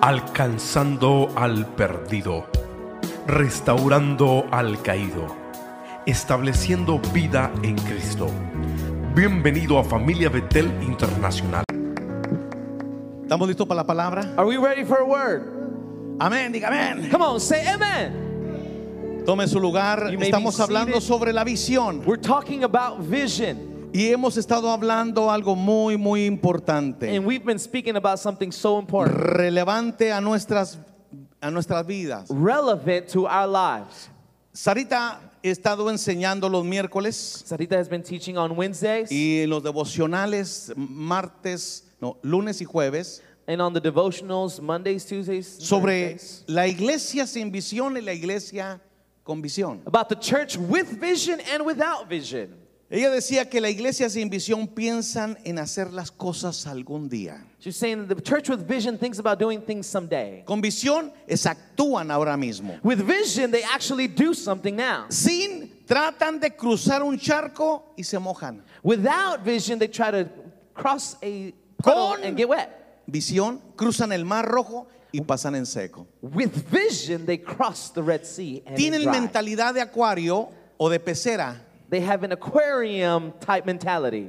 alcanzando al perdido, restaurando al caído, estableciendo vida en Cristo. Bienvenido a Familia Betel Internacional. ¿Estamos listos para la palabra? Are we ready for a word? Amén, diga amén. Come on, say amen. Tome su lugar. You may be Estamos hablando seated. sobre la visión We're talking about vision, y hemos estado hablando algo muy, muy and importante, we've been speaking about something so important, relevante a nuestras, a nuestras vidas. relevant to our lives. Sarita he estado enseñando los miércoles Sarita has been teaching on Wednesdays y en los devocionales martes, no, lunes y jueves and on the devotionals Mondays, Tuesdays, and sobre Thursdays, la iglesia sin visión y la iglesia con visión. about the church with vision and without vision. Ella decía que la iglesia sin visión piensan en hacer las cosas algún día. She's saying that the church with vision thinks about doing things someday. Con visión es actúan ahora mismo. With vision, they actually do something now. Sin tratan de cruzar un charco y se mojan. Without vision, they try to cross a puddle Con- and get wet. Visión, cruzan el mar rojo y pasan en seco. With vision, they cross the Red Sea and it's Tienen dry. mentalidad de acuario o de pecera. They have an aquarium type mentality.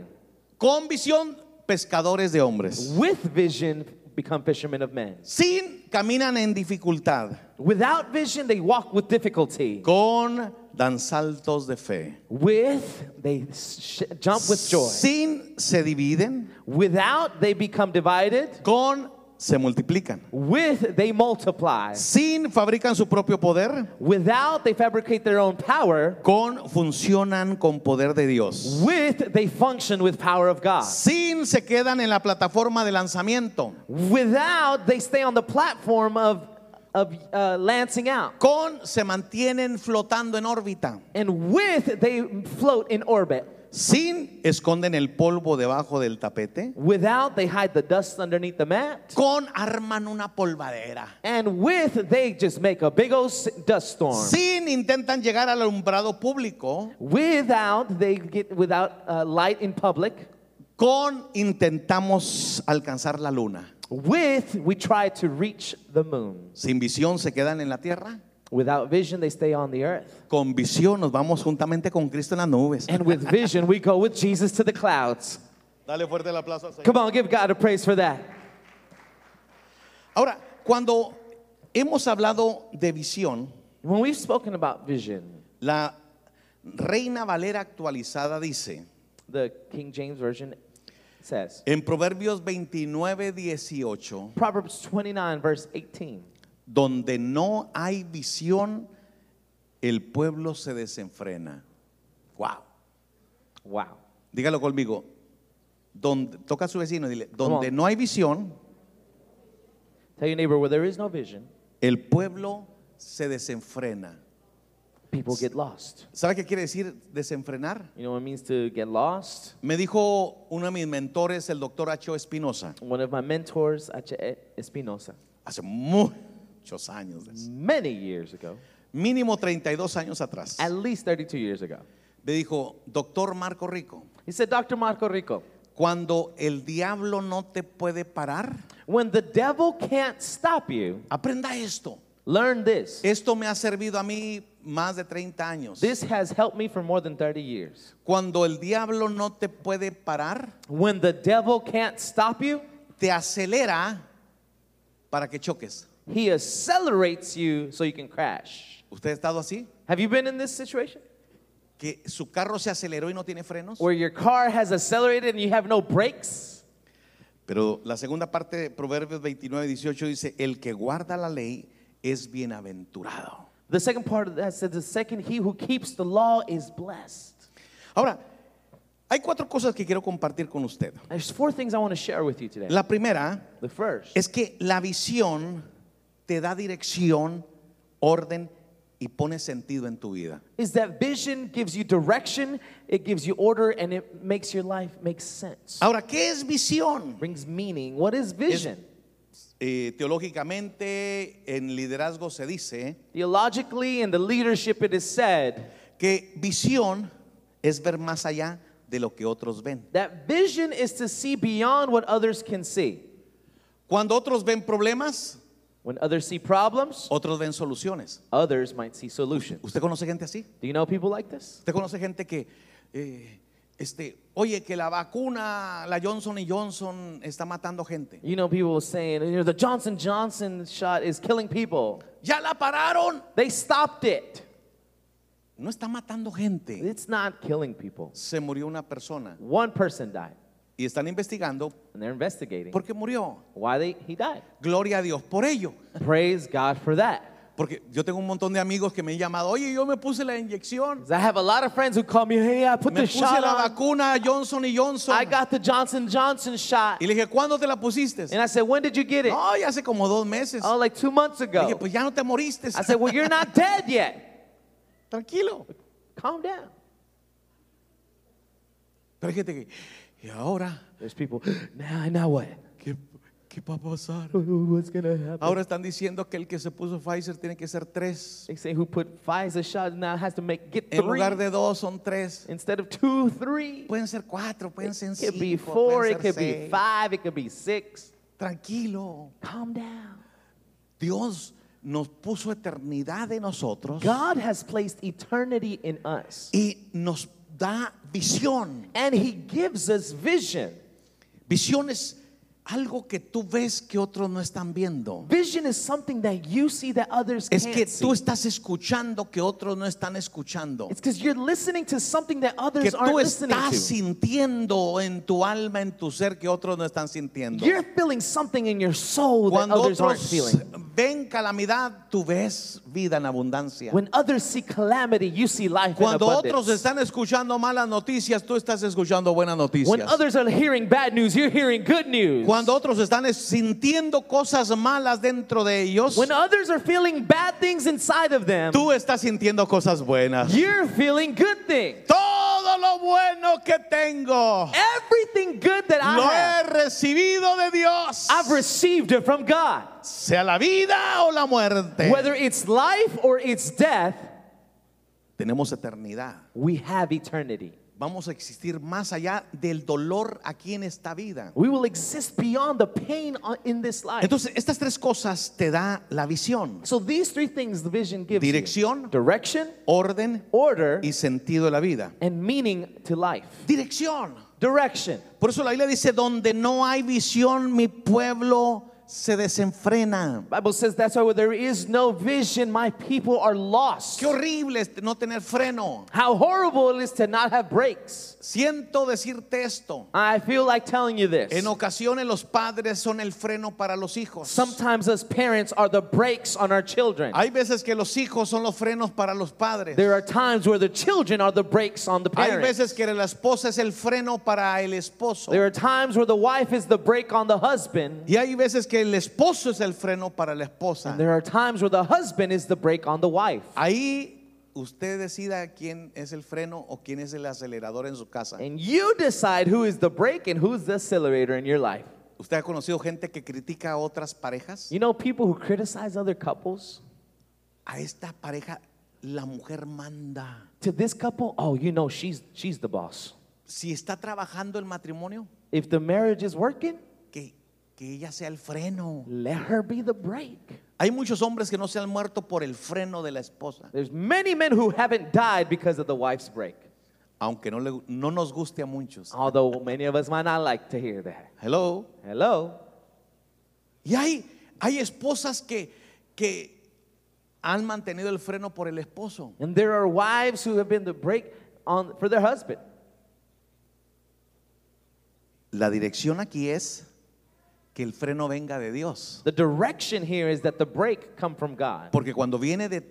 Con visión, pescadores de hombres. With vision, become fishermen of men. Sin caminan en dificultad. Without vision, they walk with difficulty. Con dan saltos de fe. With, they sh- jump with joy. Sin se dividen. Without, they become divided. Con se multiplican. With, they multiply. Sin fabrican su propio poder. Without, they fabricate their own power. Con funcionan con poder de Dios. With, they function with power of God. Sin se quedan en la plataforma de lanzamiento. Without, they stay on the platform of, of uh, lancing out. Con se mantienen flotando en órbita. And with, they float in orbit. Sin esconden el polvo debajo del tapete. Without, they hide the dust underneath the mat. Con arman una polvadera. And with, they just make a big old s- dust storm. Sin intentan llegar al alumbrado público. Without, they get without uh, light in public. Con intentamos alcanzar la luna. With, we try to reach the moon. Sin visión se quedan en la tierra. Without vision, they stay on the earth. Con visión nos vamos juntamente con Cristo en las nubes. And with vision, we go with Jesus to the clouds. Dale fuerte el aplauso al Señor. Come on, give God a praise for that. Ahora, cuando hemos hablado de visión, When we've spoken about vision, la Reina Valera actualizada dice the King James Version says, en Proverbios 29, 18, Proverbs 29, verse 18. donde no hay visión, el pueblo se desenfrena. Wow. Wow. Dígalo conmigo. Donde, toca a su vecino y dile, donde on. no hay visión, Tell your neighbor, where there is no vision, el pueblo se desenfrena. people get lost. ¿Sabe qué quiere decir desenfrenar? You know what it means to get lost? Me dijo uno de mis mentores, el doctor H.O. Espinosa, One of my mentors, H.E. Espinosa, hace muchos años, de eso, many years ago, mínimo 32 años atrás, at least 32 years ago, me dijo, doctor Marco Rico, he said, Dr. Marco Rico, cuando el diablo no te puede parar, when the devil can't stop you, aprenda esto. learn this. Esto me ha servido a mí más de 30 años. This has helped me for more than 30 years. Cuando el diablo no te puede parar, When the devil can't stop you, te acelera para que choques. he accelerates you so you can crash. ¿Usted ha estado así? Have you been in this situation? Que su carro se aceleró y no tiene frenos. Where your car has accelerated and you have no brakes? Pero la segunda parte de Proverbios 29, 18 dice, el que guarda la ley es bienaventurado. The second part of that says, the second he who keeps the law is blessed. Ahora, hay cuatro cosas que quiero compartir con usted. There's four things I want to share with you today. La primera The first es que la visión te da dirección, orden y pone sentido en tu vida. is that vision gives you direction, it gives you order, and it makes your life make sense. Ahora, ¿qué es visión? Brings meaning. What is vision? Eh, teológicamente, en liderazgo se dice Theologically, in the leadership, it is said que visión es ver más allá de lo que otros ven. that vision is to see beyond what others can see. Cuando otros ven problemas, When others see problems, Otros ven soluciones. others might see solutions. ¿Usted conoce gente así? Do you know people like this? ¿Usted conoce gente que, eh, este, oye, que la vacuna, la Johnson y Johnson está matando gente? You know people saying, you know, the Johnson Johnson shot is killing people. Ya la pararon. They stopped it. No está matando gente. It's not killing people. Se murió una persona One person died, y están investigando and they're investigating por qué murió. why they, he died. Gloria a Dios por ello. Praise God for that. Porque yo tengo un montón de amigos que me han llamado, oye, yo me puse la inyección, 'Cause I have a lot of friends who call me, hey, I put me the puse shot la on. vacuna Johnson y Johnson. I got the Johnson Johnson shot. Y le dije, ¿cuándo te la pusiste? And I said, when did you get it? No, ya hace como dos meses. Oh, like two months Le dije, ago. pues ya no te moriste. I said, well, you're not dead yet. Tranquilo. Calm down. Pero hay gente que, ¿y ahora? There's people, now, now what? ¿Qué, qué va a pasar? What's going to happen? Ahora están diciendo que el que se puso Pfizer tiene que ser tres. They say who put Pfizer shot now has to make get En three lugar de dos, son tres. instead of two, three. Pueden ser cuatro, pueden ser It could be cinco, four, pueden it ser could be seis. five, it could be six. Tranquilo. Calm down. Dios nos puso eternidad de nosotros God has placed eternity in us, y nos da visión. and He gives us vision. Visión es algo que tú ves que otros no están viendo. Vision is something that you see that others Es can't que see. tú estás escuchando que otros no están escuchando. It's because you're listening to something that Que others aren't tú listening estás to. sintiendo en tu alma, en tu ser, que otros no están sintiendo. You're feeling something in your soul that Cuando others aren't otros feeling. ven calamidad, tú ves vida en abundancia. When others see calamity, you see life Cuando in otros abundance. están escuchando malas noticias, tú estás escuchando buenas When noticias. others are hearing bad news, you're hearing good news. Cuando otros están es- sintiendo cosas malas dentro de ellos, When others are feeling bad things inside of them, tú estás sintiendo cosas buenas. you're feeling good things. Todo lo bueno que tengo Everything good that I lo he have, recibido de Dios, I've received it from God. sea la vida o la muerte. Whether it's life or it's death, Tenemos eternidad. we have eternity. Vamos a existir más allá del dolor aquí en esta vida. We will exist beyond the pain on- in this life. Entonces, estas tres cosas te da la visión, So these three things the vision gives you. Dirección. Direction, orden order, y sentido de la vida. and meaning to life. Dirección. Direction. Por eso la Biblia dice, donde no hay visión, mi pueblo se desenfrena. Bible says that's why where there is no vision, my people are lost. Qué horrible es no tener freno. How horrible it is to not have brakes. Siento decirte esto. I feel like telling you this. En ocasiones los padres son el freno para los hijos. Sometimes us parents are the brakes on our children. Hay veces que los hijos son los frenos para los padres. There are times where the children are the brakes on the Hay parents. veces que la esposa es el freno para el esposo. There are times where the wife is the brake on the husband. Y hay veces que el esposo es el freno para la esposa. And there are times where the husband is the brake on the wife. Ahí usted decida quién es el freno o quién es el acelerador en su casa. And you decide who is the brake and who's the accelerator in your life. ¿Usted ha conocido gente que critica a otras parejas? You know, people who criticize other couples, A esta pareja la mujer manda. to this couple, oh, you know, she's, she's the boss. Si está trabajando el matrimonio, If the marriage is working, que, que ella sea el freno. let her be the brake. Hay muchos hombres que no se han muerto por el freno de la esposa, There's many men who haven't died because of the wife's break. aunque no, le- no nos guste a muchos. Although many of us might not like to hear that. Hello. Hello? Y hay, hay esposas que, que han mantenido el freno por el esposo. And there are wives who have been the brake on, for their husband. La dirección aquí es que el freno venga de Dios. The direction here is that the break come from God. Porque cuando viene de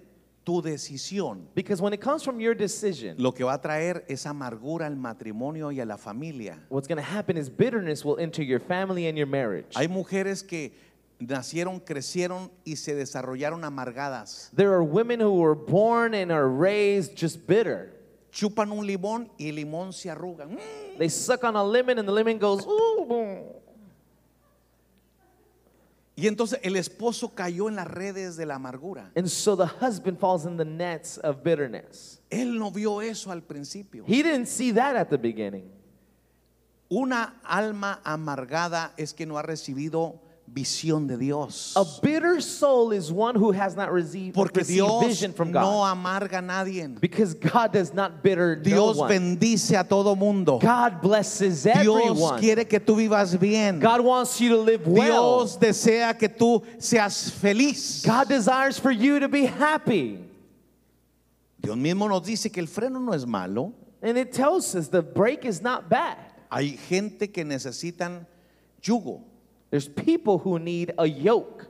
tu decisión, Because when it comes from your decision, lo que va a traer es amargura al matrimonio y a la familia. what's going to happen is bitterness will enter your family and your marriage. Hay mujeres que nacieron, crecieron y se desarrollaron amargadas. There are women who were born and are raised just bitter. Chupan un limón y el limón se arruga. Mm. They suck on a lemon and the lemon goes, ooh, boom. Y entonces el esposo cayó en las redes de la amargura. And so the husband falls in the nets of bitterness. Él no vio eso al principio. He didn't see that at the beginning. Una alma amargada es que no ha recibido visión de Dios. A bitter soul is one who has not received, Porque received Dios vision from God. no amarga a nadie. because God does not bitter Dios no one. bendice a todo mundo. God blesses Dios everyone. quiere que tú vivas bien. God wants you to live well. Dios desea que tú seas feliz. God desires for you to be happy. Dios mismo nos dice que el freno no es malo. And it tells us the break is not bad. Hay gente que necesitan yugo. There's people who need a yoke.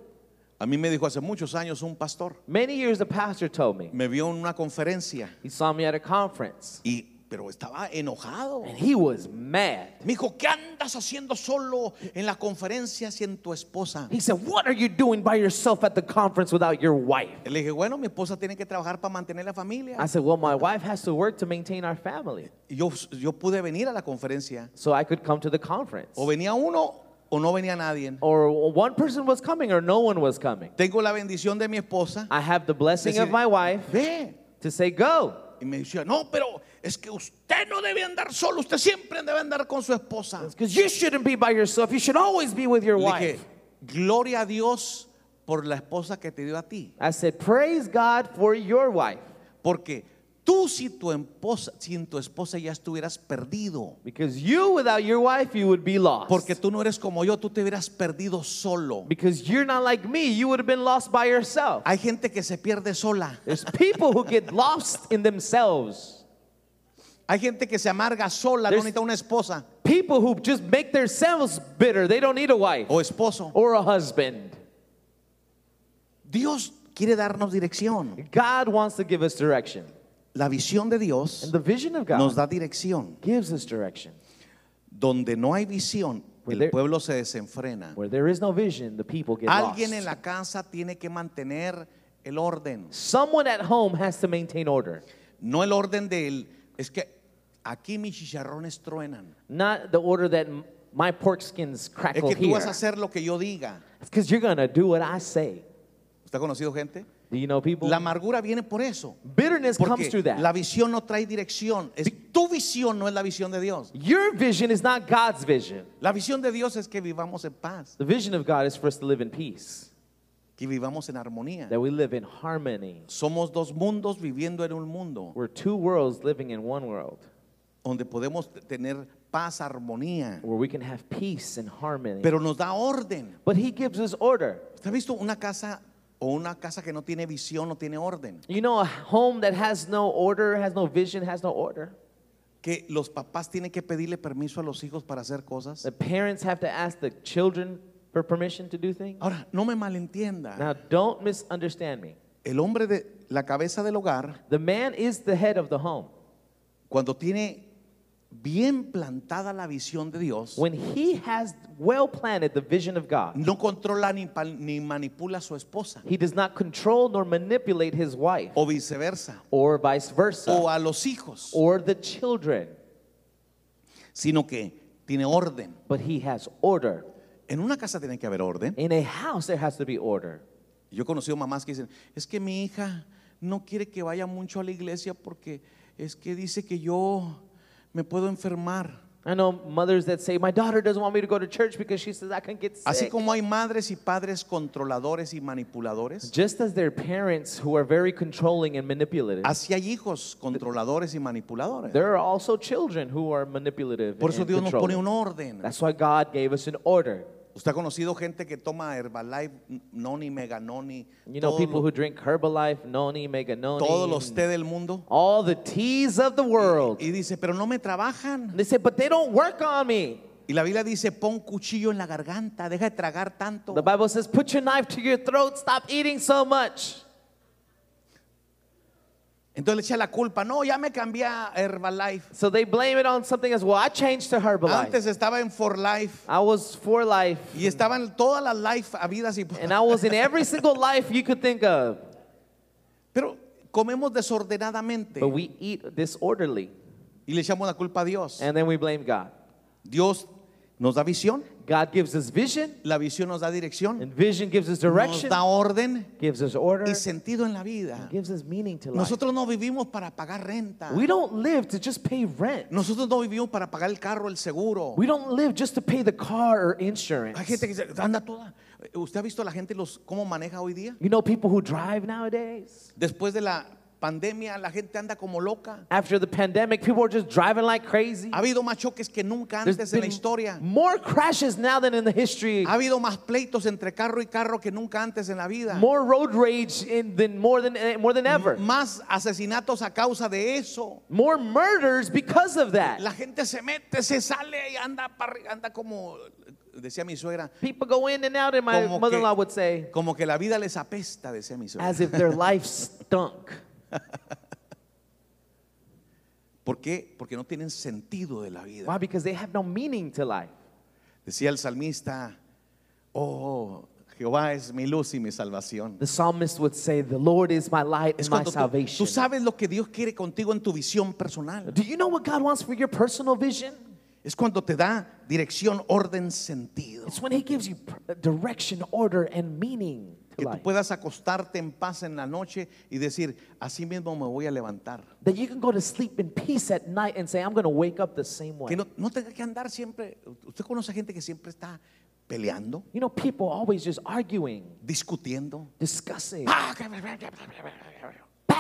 A mí me dijo hace muchos años un pastor. Many years a pastor told me. Me vio en una conferencia He saw me at a conference y pero estaba enojado. and he was mad. Me dijo, "¿Qué andas haciendo solo en la conferencia sin tu esposa?" He said, What are you doing by yourself at the conference without your wife? Le dije, "Bueno, mi esposa tiene que trabajar para mantener la familia." I said, Well, my wife has to work to maintain our family. Y yo yo pude venir a la conferencia. So I could come to the conference. O venía uno o no venía nadie. Or one person was coming or no one was coming. Tengo la bendición de mi esposa. I have the blessing Decir, of my wife Ve. to say, Go. Y me decía, no, pero es que usted no debe andar solo, usted siempre debe andar con su esposa. Because you shouldn't be by yourself. You should always be with your Le wife. dije, gloria a Dios por la esposa que te dio a ti. I said, Praise God for your wife. Porque tú si tu esposa, sin tu esposa ya estuvieras perdido. Because you, without your wife, you would be lost. Porque tú no eres como yo, tú te hubieras perdido solo. because you're not like me, you would have been lost by yourself. Hay gente que se pierde sola. There's people who get lost in themselves. Hay gente que se amarga sola, no There's- necesita una esposa People who just make themselves bitter. They don't need a wife o esposo. or a husband. Dios quiere darnos dirección. God wants to give us direction. La visión de And Dios the vision of nos God da dirección. gives us dirección. Donde no hay visión, Where el there- pueblo se desenfrena. Where there is no vision, the people get Alguien en lost. la casa tiene que mantener el orden. Someone at home has to maintain order. No el orden del... Es que aquí mis chicharrones truenan. Not the order that m- my pork skins Es crackle que tú here. vas a hacer lo que yo diga. It's because you're going to do what I say. ¿Usted ha conocido gente? Do you know people? La amargura viene por eso. Bitterness comes Porque through that. la visión no trae dirección. Es, tu visión no es la visión de Dios. Your vision is not God's vision. La visión de Dios es que vivamos en paz, The vision of God is for us to live in peace, que vivamos en armonía. that we live in harmony. Somos dos mundos viviendo en un mundo We're two worlds living in one world, donde podemos tener paz, armonía, where we can have peace and harmony. pero nos da orden. but He gives us order. ¿Usted ha visto una casa o una casa que no tiene visión, no tiene orden? You know, a home that has no order, has no vision, has no order. Que los papás tienen que pedirle permiso a los hijos para hacer cosas. The parents have to ask the children for permission to do things. Ahora, no me malentienda. Now, don't misunderstand me. El hombre de la cabeza del hogar, The man is the head of the home. cuando tiene bien plantada la visión de Dios, When he has well planted the vision of God, no controla ni, pa- ni manipula a su esposa he does not control nor manipulate his wife, o viceversa, or vice o versa, a los hijos, or the children, sino que tiene orden. but he has order. En una casa tiene que haber orden. In a house, there has to be order. Yo he conocido mamás que dicen, es que mi hija no quiere que vaya mucho a la iglesia porque es que dice que yo me puedo enfermar. I know mothers that say, My daughter doesn't want me to go to church because she says I can get Así sick. como hay madres y padres controladores y manipuladores, Just as their parents who are very controlling and manipulative, así hay hijos controladores y manipuladores. there are also children who are manipulative. Por eso and Dios nos pone controlling. un orden. That's why God gave us an order. Usted ha conocido gente que toma Herbalife, Noni, Meganoni, You know, todos, people los- who drink Herbalife, Noni, Mega Noni, todos los té del mundo all the teas of the world. y dice, pero no me trabajan. And they say, but they don't work on me. Y la Biblia dice, pon cuchillo en la garganta, deja de tragar tanto. The Bible says, put your knife to your throat, stop eating so much. Entonces le echa la culpa, no, ya me cambié a Herbalife. So they blame it on something else. Well, I changed to Herbalife. Antes estaba en For Life I was for life, y estaban todas las life habidas y por- and I was in every single life you could think of. Pero comemos desordenadamente But we eat disorderly, y le echamos la culpa a Dios. and then we blame God. Dios nos da visión, God gives us vision, la visión nos da dirección, and vision gives us nos direction, da orden gives us order, y sentido en la vida. gives us meaning to life. Nosotros no vivimos para pagar renta. We don't live to just pay rent. Nosotros no vivimos para pagar el carro, el seguro. We don't live just to pay the car or Hay gente insurance. que dice, anda toda, ¿Usted ha visto a la gente los, cómo maneja hoy día? You know people who drive nowadays? Después de la pandemia, la gente anda como loca. After the pandemic, people are just driving like crazy. Ha habido más choques que nunca There's antes en la been historia. Ah. More crashes now than in the history. Ha habido más pleitos entre carro y carro que nunca antes en la vida. More road rage in, than more than eh, more than ever. Más asesinatos a causa de eso. More murders because of that. La gente se mete, se sale y anda, pa' arri- anda como, decía mi suegra, People go in and out, and my Como que- mother-in-law would say, como que la vida les apesta, decía mi suegra. as if their life stunk. ¿Por qué? Porque no tienen sentido de la vida. Why? Because they have no meaning to life. Decía el salmista, oh, Jehová es mi luz y mi salvación. The psalmist would say, "The Lord is my light Es and my cuando tú, tú salvation." sabes lo que Dios quiere contigo en tu visión personal. Do you know what God wants for your personal vision? Es cuando te da dirección, orden, sentido. It's when He gives you pr- direction, order, and meaning to Que tú life. puedas acostarte en paz en la noche y decir, así mismo me voy a levantar. That you can go to sleep in peace at night and say, "I'm going to wake up the same way." Que no, no tenga que andar siempre. Usted conoce gente que siempre está peleando, You know, people always just arguing, discutiendo. Ah, discussing.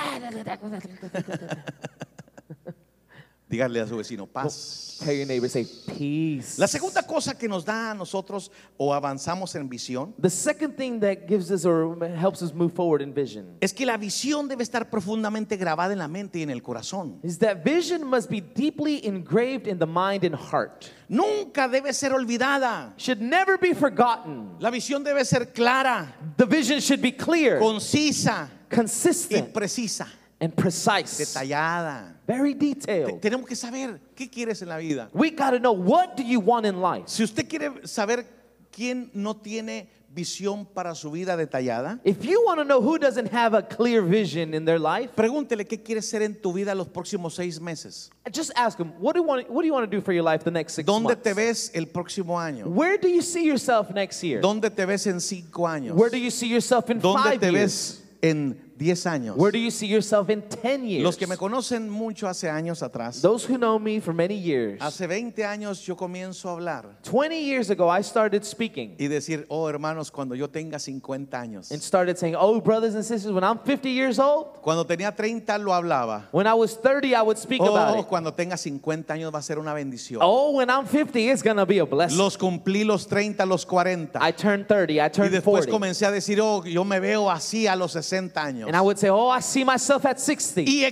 Dígale a su vecino, Oh, paz. Tell your neighbor, say, "Peace." La segunda cosa que nos da a nosotros o avanzamos en visión The second thing that gives us or helps us move forward in vision es que la visión debe estar profundamente grabada en la mente y en el corazón. is that vision must be deeply engraved in the mind and heart. Nunca debe ser olvidada. Should never be forgotten. La visión debe ser clara, The vision should be clear, concisa y consistent, precisa, and precise. detallada. Very Te- detailed. tenemos que saber qué quieres en la vida. We got to know what do you want in life. Si usted quiere saber quién no tiene visión para su vida detallada, If you want to know who doesn't have a clear vision in their life, pregúntele qué quieres ser en tu vida los próximos seis meses. just ask them, what do you want what do you want to do for your life the next 6 ¿Dónde te months? ves el próximo año? Where do you see yourself next year? ¿Dónde te ves en cinco años? Where do you see yourself in ¿Dónde 5 te years? ves en diez años? Where do you see yourself in 10 years? Los que me conocen mucho hace años atrás, Those who know me for many years, hace 20 años yo comienzo a hablar 20 years ago, I started speaking y decir, oh hermanos, cuando yo tenga 50 años. and started saying, Oh, brothers and sisters, when I'm 50 years old, Cuando tenía 30 lo hablaba. when I was 30, I would speak about Oh, it. cuando tenga 50 años va a ser una bendición. Oh, when I'm 50, it's going to be a blessing. Los cumplí los 30, los 40. I turned 30, I Y turned después 40. comencé a decir, oh, yo me veo así a los 60 años. And I would say, Oh, I see myself at 60. Y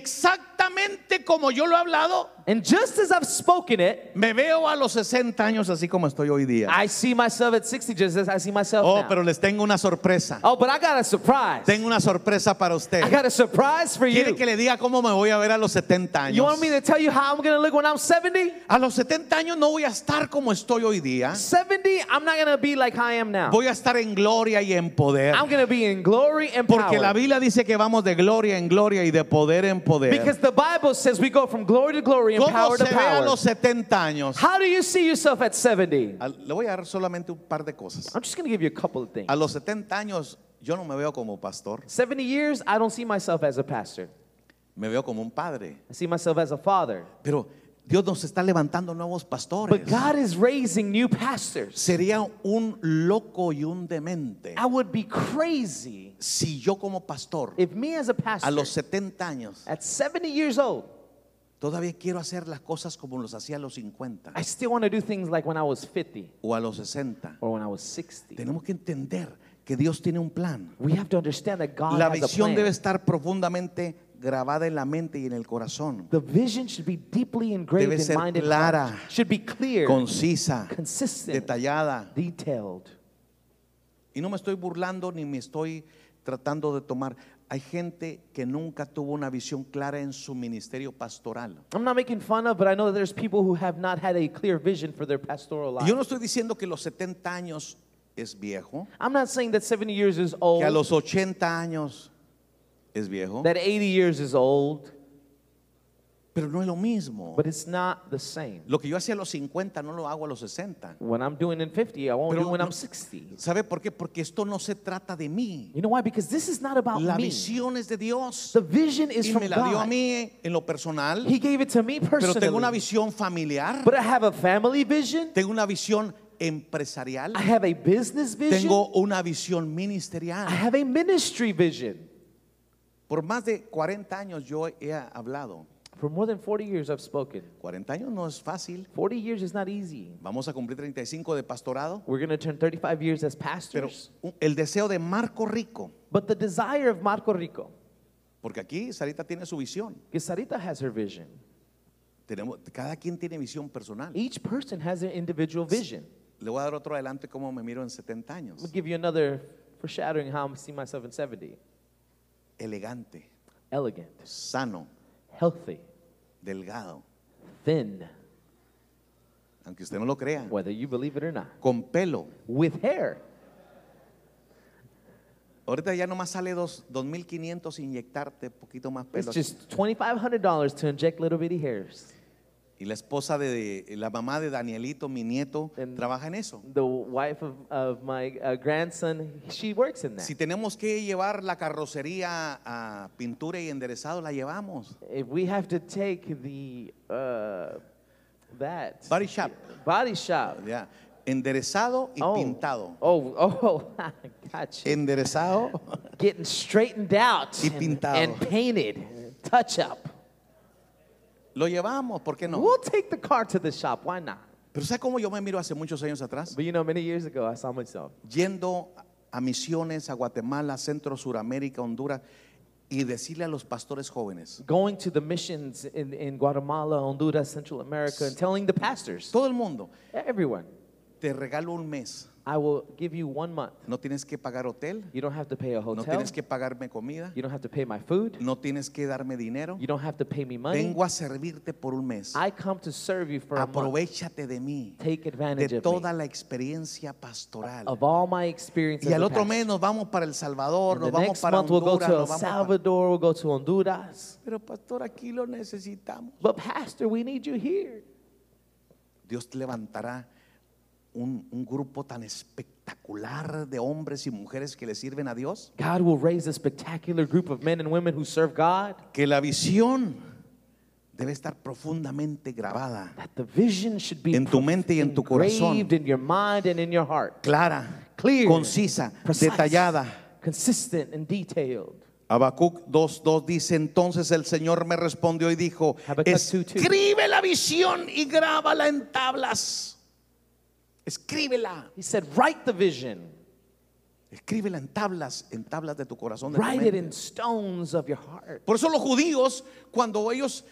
exactamente como yo lo he hablado, and just as I've spoken it, me veo a los 60 años así como estoy hoy día. I see myself at 60, just as I see myself Oh, now. pero les tengo una sorpresa. oh, but I got a surprise. Tengo una sorpresa para usted. I got a surprise for ¿Quiere you. que le diga cómo me voy a ver a los 70 años? You want me to tell you how I'm going to look when I'm 70? A los 70 años no voy a estar como estoy hoy día. 70, I'm not going to be like how I am now. Voy a estar en gloria y en poder. I'm going to be in glory and Porque la power. Biblia dice que vamos de gloria en gloria y de poder en poder. Because the Bible says we go from glory to glory and ¿Cómo power se to ve a power. los 70 años? How do you see yourself at 70? A- Le voy a dar solamente un par de cosas. I'm just going to give you a couple of things. A los 70 años yo no me veo como pastor, 70 years, I don't see myself as a pastor. me veo como un padre. I see myself as a father. Pero Dios nos está levantando nuevos pastores. But God is raising new pastors. Sería un loco y un demente I would be crazy si yo como pastor if me as a a los pastor 70 años at 70 years old, todavía quiero hacer las cosas como los hacía a los 50 I still want to do things like when I was 50 o a los 60. or when I was 60. Tenemos que entender que Dios tiene un plan. We have to understand that God La has a visión plan. debe estar profundamente grabada en la mente y en el corazón, The vision should be deeply engraved Debe in ser mind and clara. heart. Should be clear, concisa, consistent, detallada. detailed. Y no me estoy burlando ni me estoy tratando de tomar. Hay gente que nunca tuvo una visión clara en su ministerio pastoral. I'm not making fun of, but I know that there's people who have not had a clear vision for their pastoral Y life. yo no estoy diciendo que los 70 años es viejo, I'm not saying that 70 years is old, que a los 80 años es viejo, that 80 years is old, pero no es lo mismo. but it's not the same. Lo que yo hacía a los 50 no lo hago a los 60. When I'm doing in 50, I won't Pero do when no- I'm 60. ¿Sabe por qué? Porque esto no se trata de mí. You know why? Because this is not about La me. visión es de Dios. The vision is Y from me la dio a God. mí en lo personal, He gave it to me pero tengo una personally. visión familiar. But I have a family vision. Tengo una visión empresarial, I have a business vision. tengo una visión I ministerial. have a ministry vision. Por más de 40 años yo he hablado. For more than 40 years, I've spoken. 40 años no es fácil. 40 years is not easy. Vamos a cumplir 35 de pastorado. We're going to turn 35 years as Pero pastors. un- el deseo de Marco Rico, but the desire of Marco Rico, porque aquí Sarita tiene su visión. because Sarita has her vision. Tenemos, cada quien tiene visión personal. Each person has their individual vision. Le voy a dar otro adelante como me miro en 70 I'm going años. to give you another foreshadowing how I see myself in 70. Elegante, Elegant, sano, healthy, delgado, thin, aunque usted no lo crea, whether you believe it or not, con pelo. with hair. Ahorita ya nomás sale dos- 2.500 inyectarte poquito más It's pelo. aquí. just $2,500 to inject little bitty hairs. Y la esposa de, de- la mamá de Danielito, mi nieto, En- trabaja en eso. The wife of, of my uh, grandson, she works in that. Si tenemos que llevar la carrocería a pintura y enderezado, la llevamos. If we have to take the uh, that Body shop. body shop, Ya. Enderezado y pintado. Oh, oh, gotcha. Enderezado. Getting straightened out Y and, pintado. and painted, touch up. Lo llevamos, ¿por qué no? We'll take the car to the shop. Why not? Pero ¿sabes cómo yo me miro hace muchos años atrás? But you know, many years ago, I saw myself. Yendo a misiones a Guatemala, Centro, Suramérica, Honduras y decirle a los pastores jóvenes, Going to the missions in, in Guatemala, Honduras, Central America, and telling the pastors, todo el mundo, everyone, te regalo un mes. I will give you one month. No tienes que pagar hotel, You don't have to pay a no hotel. tienes que pagarme comida, You don't have to pay my food. no tienes que darme dinero. You don't have to pay me money. Vengo a servirte por un mes. I come to serve you for a month. Aprovechate de mí, Take advantage de of, me, toda la experiencia pastoral. of all my experience. Y as al a otro pastor. mes nos vamos para El Salvador, And the nos vamos next para month we'll go Honduras, to El nos vamos para... Salvador, we'll go to Honduras. Pero pastor, aquí lo necesitamos. But pastor, we need you here. Dios levantará un, un grupo tan espectacular de hombres y mujeres que le sirven a Dios, God will raise a spectacular group of men and women who serve God. que la visión debe estar profundamente grabada, That the vision should be En tu mente y en tu corazón. engraved in your mind and in your heart. clara, Clear, concisa, precise, detallada. consistent and detailed. Habacuc 2.2 dice, entonces el Señor me respondió y dijo, Habacuc 2:2. escribe la visión y grábala en tablas. Escríbela, He said, write the vision. escríbela en tablas, en tablas de tu corazón. de tu Write it mente". in stones of your heart. Por eso los judíos, cuando ellos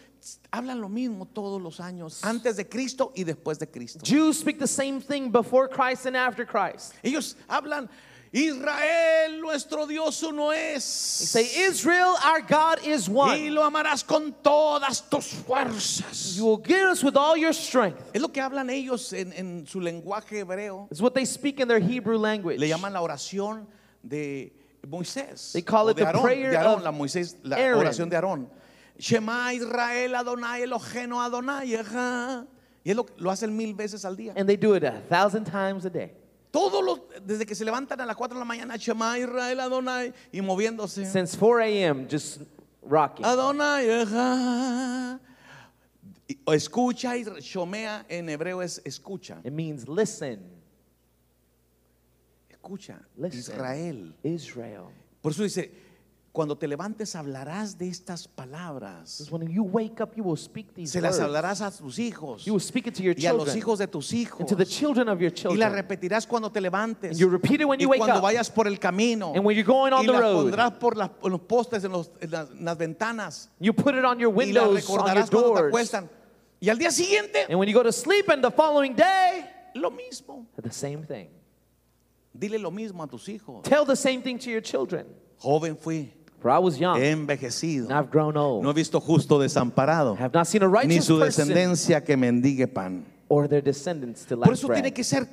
hablan lo mismo todos los años, antes de Cristo y después de Cristo. Jews speak the same thing before Christ and after Christ. Ellos hablan, Israel, nuestro Dios uno They es. say, Israel, our God is Y one. lo amarás con todas tus fuerzas. You will give us with all your strength. Es lo que hablan ellos en, en su lenguaje hebreo. It's what they speak in their Hebrew language. Le llaman la oración de Moisés. They call o it de the Aarón, prayer de Aarón, of la Moisés, la Aaron. oración de Aarón. Shema Israel Adonai Eloheno Adonai Ejá. Y es lo, lo hacen mil veces al día. and they do it a thousand times a day. Todos los, desde que se levantan a las 4 de la mañana, Shema Israel Adonai, y moviéndose. Since 4 a.m., just rocking. Oh. Adonai Ejá. Y- o Escucha, y Shomea en hebreo es escucha. It means listen, Escucha, Listen. Israel. Israel. Por eso dice, cuando te levantes hablarás de estas This is palabras. when you wake up, you will speak these Se las words. hablarás a tus hijos You will speak it to your y a los children hijos de tus hijos. and to the children of your Y las children. repetirás cuando te levantes. And you repeat it when Y you wake cuando up. vayas por el camino. And when you're going on y the las road. pondrás por, las- por los postes, en, los- en las, en las ventanas. You put it on your y las windows, on your recordarás cuando te doors. acuestan. Y al día siguiente, And when you go to sleep and the following day, lo mismo. the same thing. Dile lo mismo a tus hijos. Tell the same thing to your children. Joven fui, For I was young he Ah. and envejecido. I've grown No he old. visto justo desamparado, Have not seen a ni righteous su person descendencia que mendigue pan. or their descendants to Por lack eso tiene bread. que ser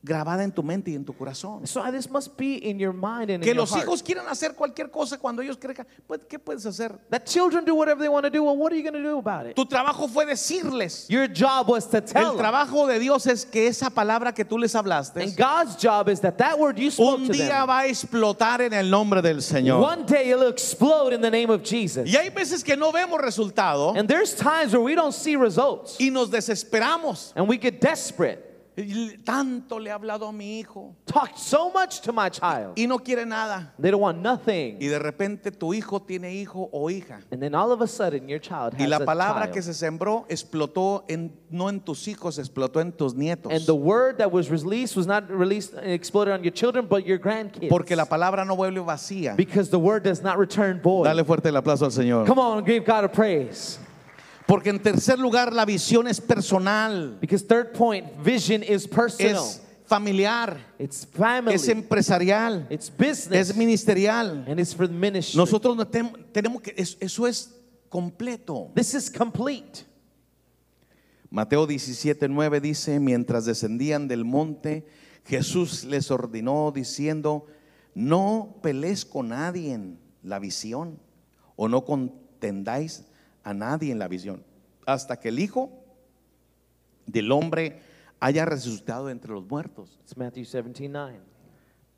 grabada en tu mente y en tu corazón. So this must be in your mind and Que in your los heart. hijos quieran hacer cualquier cosa cuando ellos crezcan. Pues, ¿Qué puedes hacer? That children do whatever they want to do. Well, what are you going to do about it? Tu trabajo fue decirles. Your job was to El tell them. trabajo de Dios es que esa palabra que tú les And hablaste God's job is that that word you spoke un to día them, va a explotar en el nombre del Señor. one day it'll explode in the name of Jesus. Y hay veces que no vemos resultado And there's times where we don't see results y nos desesperamos. and we get desperate. Y Tanto le he hablado a mi hijo talked so much to my child. y no quiere nada. They don't want nothing. Y de repente tu hijo tiene hijo o hija. And then all of a sudden, your child Y has la a palabra child. que se sembró explotó en, no en tus hijos, explotó en tus nietos. And the word that was released was not released and exploded on your children, but your grandkids. Porque la palabra no vuelve vacía. because the word does not return void. Dale fuerte el aplauso al Señor. Come on, give God a praise. Porque en tercer lugar, la visión es personal, Because third point, vision is personal. es familiar, it's family. es empresarial, it's business. es ministerial. and it's for the ministry. Nosotros no tem- tenemos que, es- eso es completo. this is complete. Mateo 17, 9 dice, mientras descendían del monte, Jesús les ordenó diciendo, no pelees con nadie en la visión o no contendáis a nadie en la visión, hasta que el Hijo del Hombre haya resucitado entre los muertos. It's Matthew 17, 9.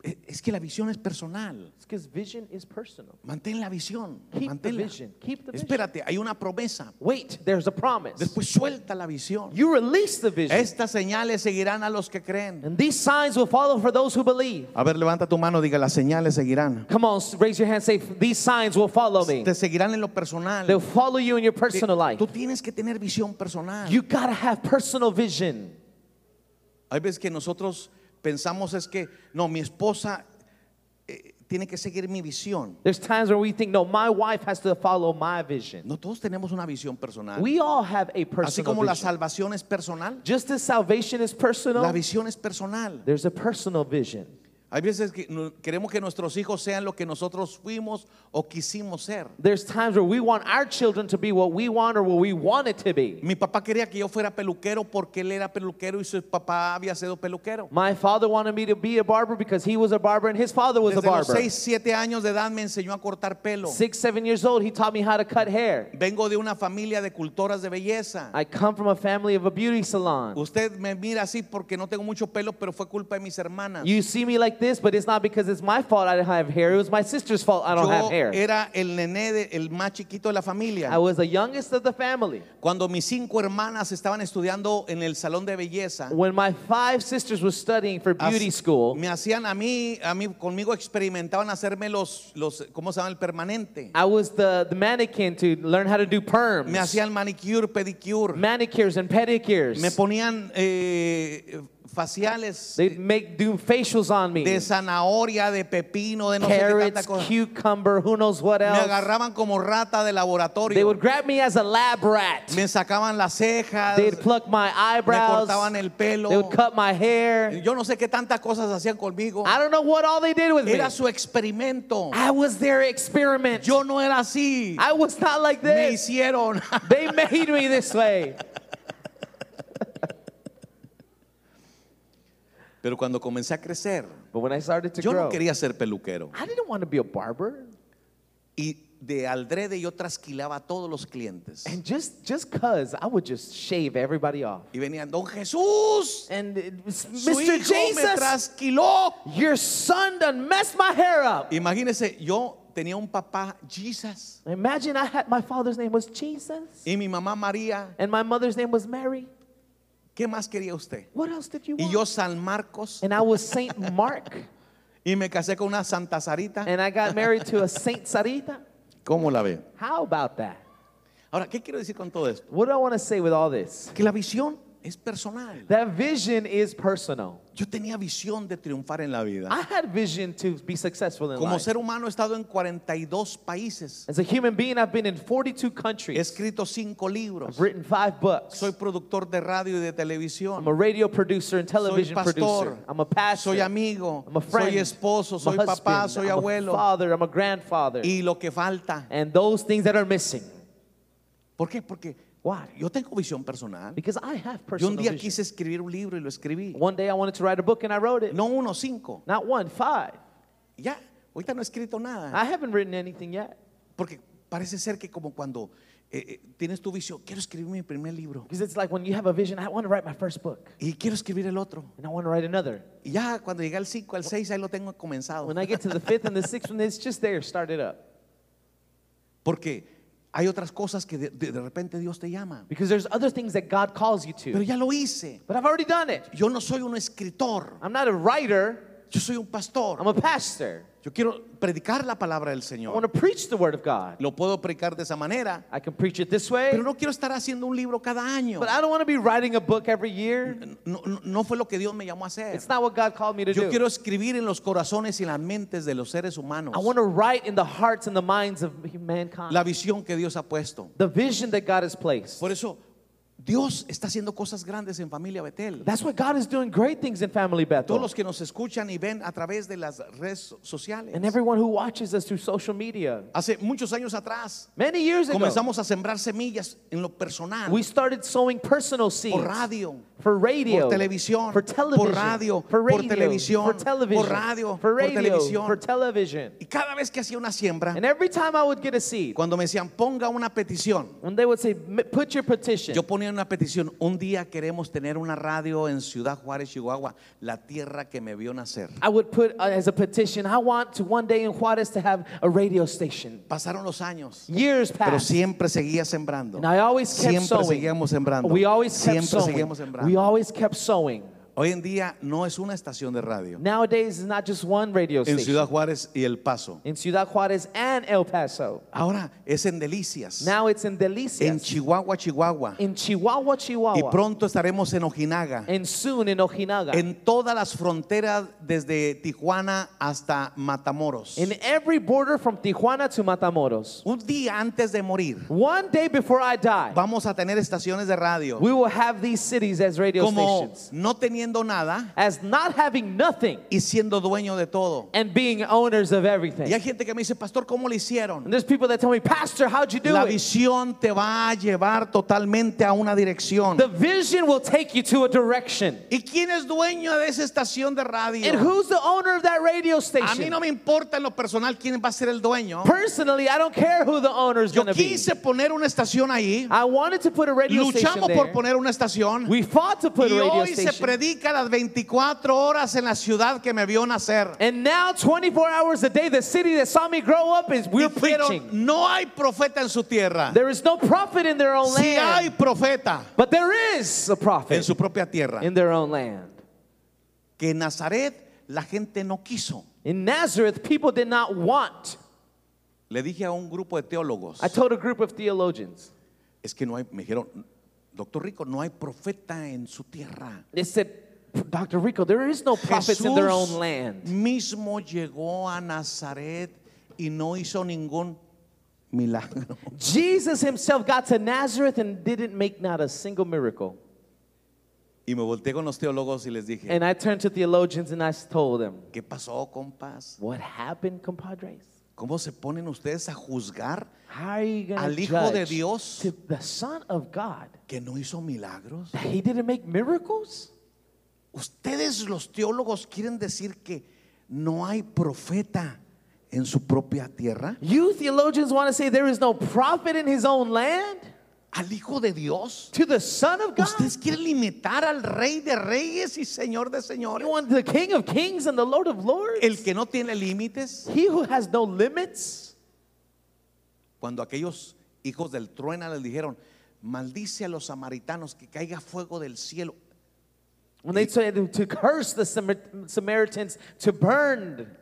E- Es que la visión es personal. It's because vision is personal. Mantén la visión. Keep the manténla. vision, keep the vision. Espérate, hay una promesa. Wait, there's a promise. Después suelta la visión. you release the vision. Estas señales seguirán a los que creen. and these signs will follow for those who believe. A ver, levanta tu mano, diga, las señales seguirán. Come on, s- raise your hand. Say, these signs will follow me. Te seguirán en lo personal. They'll follow you in your Te- personal life. Tú tienes que tener visión personal. You gotta have personal vision. Hay veces que nosotros pensamos es que, no, mi esposa eh, tiene que seguir mi visión. There's times where we think, no, my wife has to follow my vision. No, todos tenemos una visión personal. We all have a Así como personal la vision. salvación es personal, Just as salvation is la personal, visión es personal. there's a personal vision. Hay veces que no- queremos que nuestros hijos sean lo que nosotros fuimos o quisimos ser. There's times where we want our children to be what we want or what we want it to be. Mi papá quería que yo fuera peluquero porque él era peluquero y su papá había sido peluquero. My father wanted me to be a barber because he was a barber and his father was Pues a Desde los barber. 6, 7 años de edad me enseñó a cortar pelo. Six, seven years old, he taught me how to cut hair. Vengo de una familia de cultoras de belleza. I come from a family of a beauty salon. Usted me mira así porque no tengo mucho pelo, pero fue culpa de mis hermanas. You see me like this, but it's not because it's my fault I don't have hair. It was my sister's fault I don't Yo have hair. era el nené, de- el más chiquito de la familia. I was the youngest of the family. Cuando mis cinco hermanas estaban estudiando en el salón de belleza, When my five sisters were studying for beauty hac- school, me hacían a mí, a mí conmigo experimentaban hacerme los, los ¿cómo se llama? El permanente. I was the, the mannequin to learn how to do Me perms, hacían manicure, pedicure. manicures and Me pedicures. ponían eh, faciales They'd make do facials on me. de zanahoria, de pepino, de no sé qué tanta Carrots, cosa. cucumber, who knows what Me else. agarraban como rata de They laboratorio. would grab me as a lab rat. Me sacaban las cejas, They'd pluck my me eyebrows. cortaban el They pelo. would cut my hair. Yo no sé qué tantas cosas hacían conmigo. I don't know what all they did with me. Era su experimento. I was their experiment. Yo no era así. I was not like Me this. hicieron. They made me this way. Pero cuando comencé a crecer, But when I started to yo grow, no quería ser peluquero. I didn't want to be a barber. Y de aldrede yo trasquilaba a todos los clientes. And just just cuz I would just shave everybody off. Y venían, Don Jesús, And it was, su Mr. hijo me Jesus, trasquiló. your son done messed my hair up. Imagínense, yo tenía un papá, Jesus, Imagine I had my father's name was Jesus y mi mamá María. and my mother's name was Mary. ¿Qué más quería usted? What else did you Y want? yo San Marcos and I was Saint Mark y me casé con una Santa Sarita. and I got married to a Saint Sarita. ¿Cómo la ve? How about that? Ahora, ¿qué quiero decir con todo esto? What do I want to say with all this? Que la visión es personal. That vision is personal. Yo tenía visión de triunfar en la vida. I had vision to be successful in Como life. ser humano he estado en 42 países. As a human being, I've been in 42 He countries. escrito cinco libros. I've written five books. Soy productor de radio y de I'm a televisión. radio producer and Soy television pastor. producer. I'm a pastor. Soy amigo. I'm a friend. Soy esposo. I'm Soy a papá. husband. Soy I'm A abuelo. father. I'm a grandfather. Y lo que falta. And those things that are missing. ¿Por qué? Porque Why? yo tengo visión personal. Because I have Yo personal un día vision. quise escribir un libro y lo escribí. One day I wanted to write a book and I wrote it. No uno, cinco. Not one, five. Ya, ahorita no he escrito nada. I haven't written anything yet. Porque parece ser que como cuando eh, eh, tienes tu visión, quiero escribir mi primer libro Because it's like when you have a vision, I want to write my first book y quiero escribir el otro. and I want to write another. Y ya cuando llegué al 5, al 6, ahí lo tengo comenzado. When I get to the fifth and the sixth one, it's just there, start it up. Porque Hay otras cosas que de, de- de repente Dios te llama. Because there's other things that God calls you Pero to. ya lo hice. But I've already done it. Yo no soy un escritor. I'm not a writer, Yo soy un pastor. I'm a pastor. Yo quiero predicar la palabra del I Señor. want to preach the word of God. Lo puedo predicar de esa manera. I can preach it this way, Pero no quiero estar haciendo un libro cada año. but I don't want to be writing a book every year. No, no- no fue lo que Dios me llamó a hacer. It's not what God called me to Yo quiero do. escribir en los corazones y las mentes de los seres humanos I want to write in the hearts and the minds of la mankind visión que Dios ha puesto. the vision that God has placed. Por eso Dios está haciendo cosas grandes en familia Betel. That's why God is doing great things in Family Todos Bethel. los que nos escuchan y ven a través de las redes so- sociales. And everyone who watches us through social media. Hace muchos años atrás Many years ago, comenzamos a sembrar semillas en lo personal, we started sowing personal seeds por radio, for radio, por televisión, for television, por radio, por for radio, televisión, for television, por radio, for por radio, televisión. for television. Y cada vez que hacía una siembra, And every time I would get a seed, cuando me decían ponga una petición, when they would say, "M- "Put your petition," yo ponía una petición. Un día queremos tener una radio en Ciudad Juárez, Chihuahua, la tierra que me vio nacer. I would put uh, as a petition, "I want to one day in Juarez to have a radio station." Pasaron los años, Years pero passed, siempre seguía sembrando. and I always kept siempre sowing. seguíamos sembrando. We always kept siempre sowing. seguíamos We sembrando. always kept sowing. Hoy en día no es una estación de radio. Nowadays, it's not just one radio En station Ciudad Juárez y El Paso. in Ciudad Juarez and El Paso. Ahora es en Delicias, Now it's in Delicias, en Chihuahua, Chihuahua. in Chihuahua, Chihuahua, Y pronto estaremos en Ojinaga. and soon in Ojinaga. En todas las fronteras, desde Tijuana hasta Matamoros. in every border from Tijuana to Matamoros. Un día antes de morir, One day before I die, vamos a tener estaciones de radio. we will have these cities as radio Como stations. no teniendo nada As not having nothing y siendo dueño de todo. and being owners of everything. Y hay gente que me dice, Pastor, ¿cómo le hicieron? And there's people that tell me, Pastor, how'd you do La it? visión te va a llevar totalmente a una dirección. The vision will take you to a direction. ¿Y quién es dueño de esa estación de And radio? who's the owner of that radio A mí station? no me importa en lo personal quién va a ser el dueño. Personally, I don't care who the owner is Yo going to be. quise poner una estación ahí. I wanted to put a radio station Luchamos there. por poner una estación. we fought to put Y a radio hoy se station. predica las 24 horas en la ciudad que me vio nacer. and now, 24 hours a day, the city that saw me grow up is we're Pero preaching. no hay profeta en su tierra. There is no prophet in their own Si land. hay profeta But there is a en prophet su propia tierra. in their own land. Que en Nazaret la gente no quiso. In Nazareth, people did not want. Le dije a un grupo de teólogos. I told a group of theologians, Es que no hay, me dijeron, doctor Rico, no hay profeta en su tierra. they said, Dr. Rico, there is no prophets in their own land. mismo llegó a Nazaret y no hizo ningún milagro. Jesus himself got to Nazareth and didn't make not a single miracle. Y me volteé con los teólogos y les dije, And I turned to theologians and I told them, ¿qué pasó, compas? What happened, compadres? ¿Cómo se ponen ustedes a juzgar How are you going Al to Hijo judge de Dios. to the Son of God? que no hizo milagros? that He didn't make miracles? Ustedes los teólogos quieren decir que no hay profeta en su propia tierra. You theologians want to say there is no prophet in his own land? Al Hijo de Dios. To the Son of God? Ustedes quieren limitar al Rey de Reyes y Señor de Señores. You want the King of Kings and the Lord of Lords? El que no tiene límites, He who has no limits? cuando aquellos hijos del truena les dijeron, maldice a los samaritanos que caiga fuego del cielo. When they said to curse the Samar- Samaritans to burn,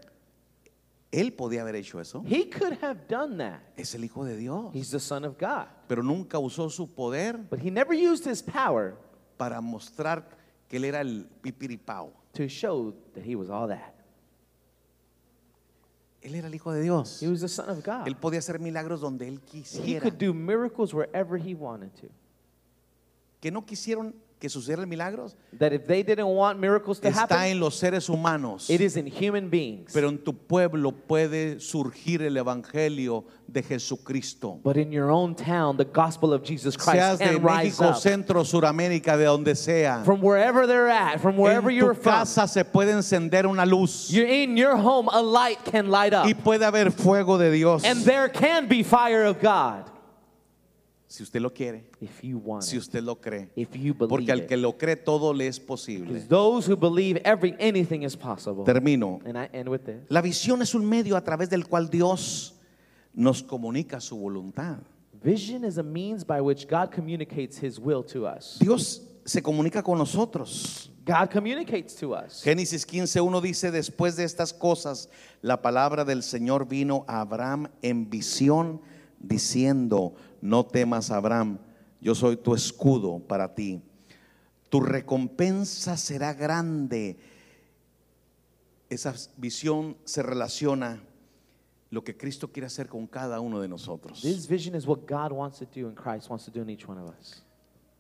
Él podía haber hecho eso. he could have done that. Es el Hijo de Dios. He's the Son of God. Pero nunca usó su poder But he never used his power para mostrar que él era el pipiripao. to show that he was all that. Él era el Hijo de Dios. He was the Son of Él God. podía hacer milagros donde él He quisiera. could do miracles wherever he wanted to. Que no quisieron que sucedieran milagros. That if they didn't want miracles to Está happen, en los seres humanos. it is in human beings. Pero en tu pueblo puede surgir el Evangelio de Jesucristo. But in your own town, the gospel of Jesus Seas Christ de can rise México, up. Centro, Suramérica, de donde sea. From wherever they're at, from wherever En you're tu from, casa se puede encender una luz you're in your home, a light can light up. y puede haber fuego de Dios. And there can be fire of God Si usted lo quiere, if you want si it, usted lo cree. if you believe Porque al que it. lo cree todo le es Because posible. those who believe every anything is possible. Termino. And I end with this. La visión es un medio a través del cual Dios nos comunica su voluntad. Vision is a means by which God communicates his will to us. Dios se comunica con nosotros. God communicates to us. Génesis 15.1 dice, después de estas cosas, la palabra del Señor vino a Abraham en visión, diciendo, no temas Abraham, yo soy tu escudo para ti. Tu recompensa será grande. Esa visión se relaciona lo que Cristo quiere hacer con cada uno de nosotros. This vision is what God wants to do and Christ wants to do in each one of us.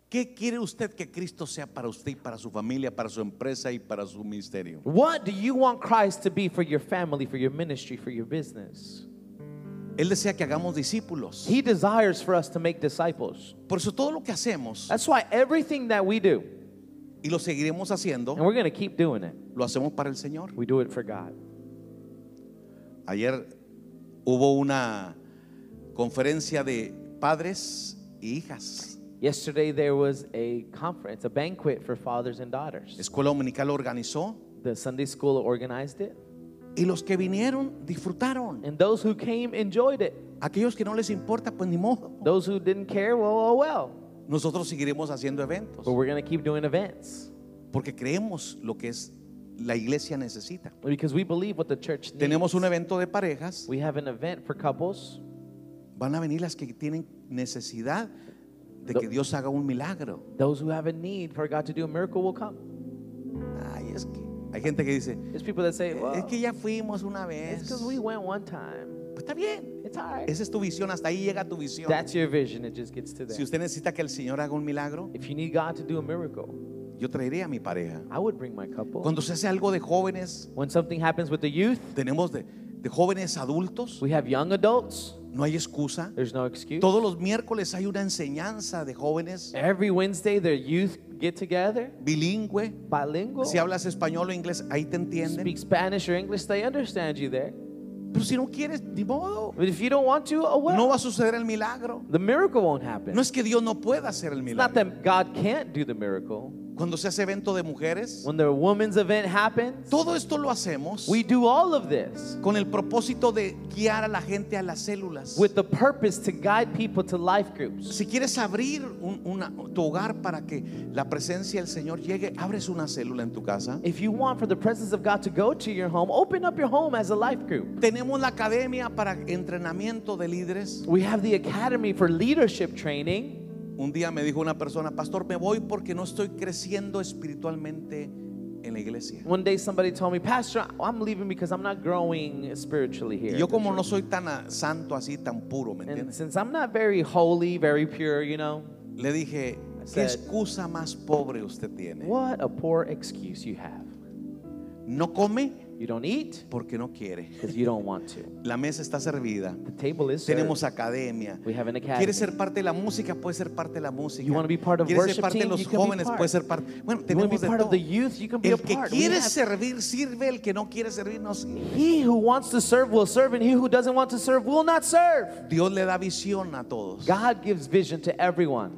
¿Qué quiere usted que Cristo sea para usted y para su familia, para su empresa y para su ministerio? What do you want Christ to be for your family, for your ministry, for your business? Él desea que hagamos discípulos. He desires for us to make disciples. Por eso todo lo que hacemos That's why everything that we do, y lo seguiremos and haciendo, we're going to keep doing it, lo hacemos para el Señor. we do it for God. Ayer hubo una conferencia de padres y hijas. Yesterday there was a conference, a banquet for fathers and daughters. Escuela Dominical organizó The Sunday school organized it, y los que vinieron disfrutaron. and those who came enjoyed it. Aquellos que no les importa, pues ni modo. Those who didn't care, well, oh well. Nosotros seguiremos haciendo eventos But we're going to keep doing events porque creemos lo que es la iglesia necesita. because we believe what the church needs. Tenemos un evento de parejas. We have an event for couples. Van a venir las que tienen necesidad de que Dios haga un milagro. Those who have a need for God to do a miracle will come. Ay, es que hay gente que dice, There's people that say, well, es que ya fuimos una it's vez. because we went one time. Pues está bien. It's all right. Esa es tu visión, hasta ahí llega tu visión. That's your vision. It just gets to Si there. usted necesita que el Señor haga un milagro, If you need God to do a miracle, yo traería a mi pareja. I would bring my couple. Cuando se hace algo de jóvenes, When something happens with the youth, tenemos de, de jóvenes adultos, we have young adults. no hay excusa. There's no excuse. Todos los miércoles hay una enseñanza de jóvenes, Every Wednesday, the youth get together, bilingüe. bilingual. Si hablas español o inglés, ahí te entienden. Speak Spanish or English, they understand you there. Pero si no quieres, ni modo. But if you don't want to, oh well. No va a suceder el milagro. The miracle won't happen. No es que Dios no pueda hacer el It's not milagro. that God can't do the miracle. Cuando se hace evento de mujeres, When the woman's event happens, todo esto lo hacemos we do all of this con el propósito de guiar a la gente a las células. with the purpose to guide people to life groups. Si quieres abrir un- una- tu hogar para que la presencia del Señor llegue, abres una célula en tu casa. If you want for the presence of God to go to your home, open up your home as a life group. Tenemos la academia para entrenamiento de líderes. We have the academy for leadership training. Un día me dijo una persona, pastor, me voy porque no estoy creciendo espiritualmente en la iglesia. One day somebody told me, Pastor, I'm leaving because I'm not growing spiritually Y here. yo como no soy tan ah, santo así, tan puro, ¿me And entiendes? since I'm not very holy, very pure, you know, Le dije, ¿qué said- excusa más pobre usted tiene? what a poor excuse you have. No come You don't eat porque no quiere. because you don't want to. La mesa está servida. The table is served. Tenemos academia. We have an academy. ¿Quieres ser parte de la música? Puedes ser parte de la música. You wanna be part of ¿Quieres ser worship parte de team? los You can be jóvenes? part. Puedes ser parte. Bueno, You want to tenemos be de part todo. of the youth? You can be a El que part. We quiere have- servir, sirve. El que no quiere servir, no sirve. He who wants to serve will serve, and he who doesn't want to serve will not serve. Dios le da visión a todos. God gives vision to everyone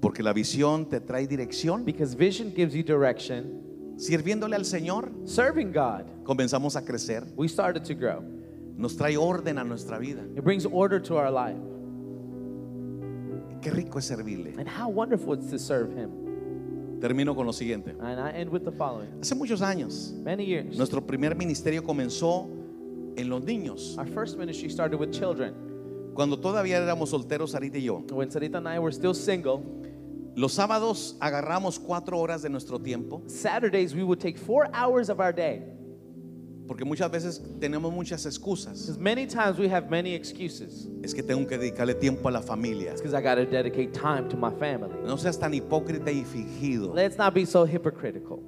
Porque la visión te trae dirección. because vision gives you direction. Sirviéndole al Señor, Serving God, comenzamos a crecer. we started to grow. Nos trae orden a nuestra vida. It brings order to our life. Qué rico es servirle. And how wonderful it's to serve Him. Termino con lo siguiente. And I end with the following. Hace muchos años, Many years, nuestro primer ministerio comenzó en los niños. our first ministry started with children. Cuando todavía éramos solteros, Sarita y yo. When Sarita and I were still single, Los sábados agarramos cuatro horas de nuestro tiempo, Saturdays we would take four hours of our day. porque muchas veces tenemos muchas excusas. Because many times we have many excuses. Es que tengo que dedicarle tiempo a la familia. It's because I got to dedicate time to my family. No seas tan hipócrita y fingido, Let's not be so hypocritical.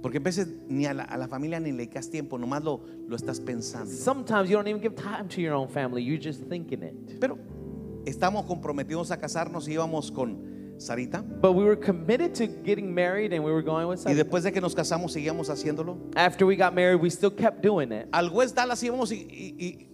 porque a veces ni a la, a la familia ni le dedicas tiempo, nomás lo, lo estás pensando. Sometimes you don't even give time to your own family. You're just thinking it. Pero estamos comprometidos a casarnos y íbamos con Sarita, But we were committed to getting married and we were going with y something. después de que nos casamos seguíamos haciéndolo. After we got married, we still kept doing it. Al West Dallas íbamos y, y- y